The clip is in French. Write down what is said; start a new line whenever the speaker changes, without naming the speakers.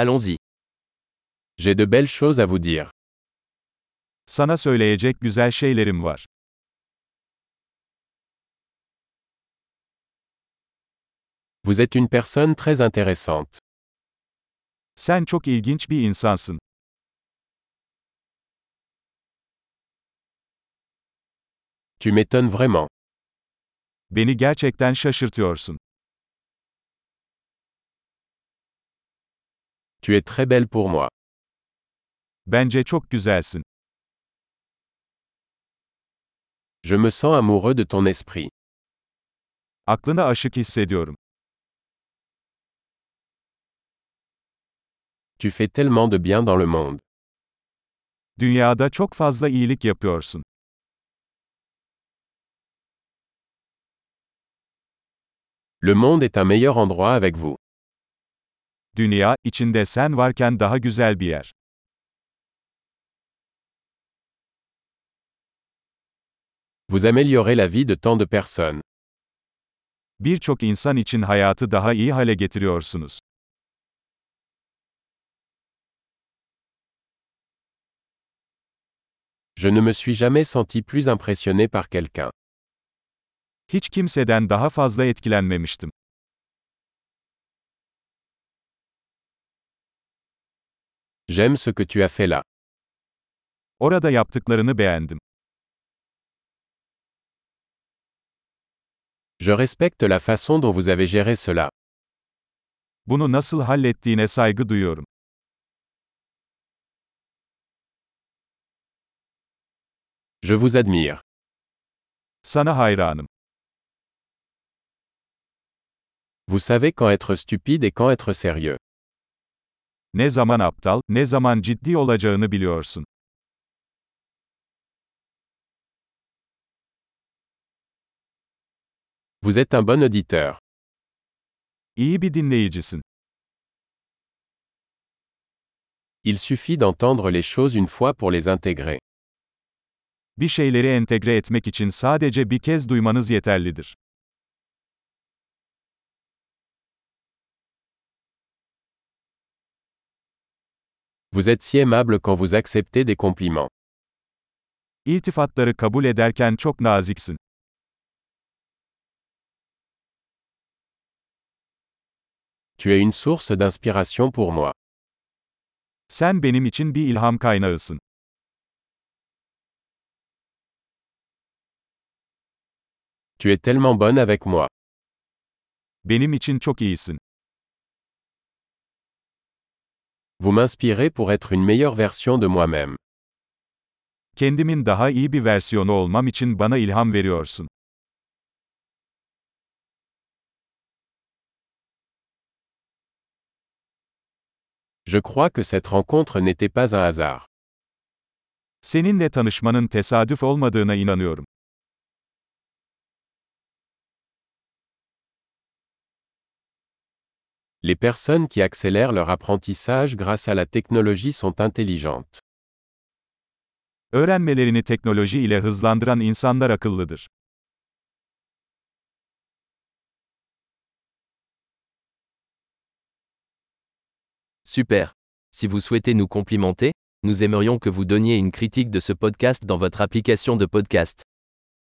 Allons-y. J'ai de belles choses à vous dire.
Sana söyleyecek güzel şeylerim var.
Vous êtes une personne très intéressante.
Sen çok ilginç bir insansın.
Tu m'étonnes vraiment.
Beni gerçekten şaşırtıyorsun.
Tu es très belle pour moi.
Bence çok güzelsin.
Je me sens amoureux de ton esprit.
Aklına aşık hissediyorum.
Tu fais tellement de bien dans le monde.
Dünyada çok fazla iyilik yapıyorsun.
Le monde est un meilleur endroit avec vous.
Dünya, içinde sen varken daha güzel bir yer.
Vous améliorez la vie de tant de personnes.
Birçok insan için hayatı daha iyi hale getiriyorsunuz.
Je ne me suis jamais senti plus impressionné par quelqu'un.
Hiç kimseden daha fazla etkilenmemiştim.
J'aime ce que tu as fait là.
Orada yaptıklarını beğendim.
Je respecte la façon dont vous avez géré cela.
Bunu nasıl hallettiğine saygı duyuyorum.
Je vous admire.
Sana hayranım.
Vous savez quand être stupide et quand être sérieux.
Ne zaman aptal, ne zaman ciddi olacağını biliyorsun.
Vous êtes un bon auditeur.
İyi bir dinleyicisin.
Il suffit d'entendre les choses une fois pour les intégrer.
Bir şeyleri entegre etmek için sadece bir kez duymanız yeterlidir.
Vous êtes si aimable quand vous acceptez des compliments.
İltifatları kabul ederken çok naziksin.
Tu es une source d'inspiration pour moi.
Sen benim için bir ilham kaynağısın.
Tu es tellement bonne avec moi.
Benim için çok iyisin.
Vous m'inspirez pour être une meilleure version de moi-même.
Kendimin daha iyi bir versiyonu olmam için bana ilham veriyorsun.
Je crois que cette rencontre n'était pas un hasard.
Seninle tanışmanın tesadüf olmadığına inanıyorum.
Les personnes qui accélèrent leur apprentissage grâce à la technologie sont intelligentes.
Öğrenmelerini teknoloji ile hızlandıran insanlar akıllıdır.
Super. Si vous souhaitez nous complimenter, nous aimerions que vous donniez une critique de ce podcast dans votre application de podcast.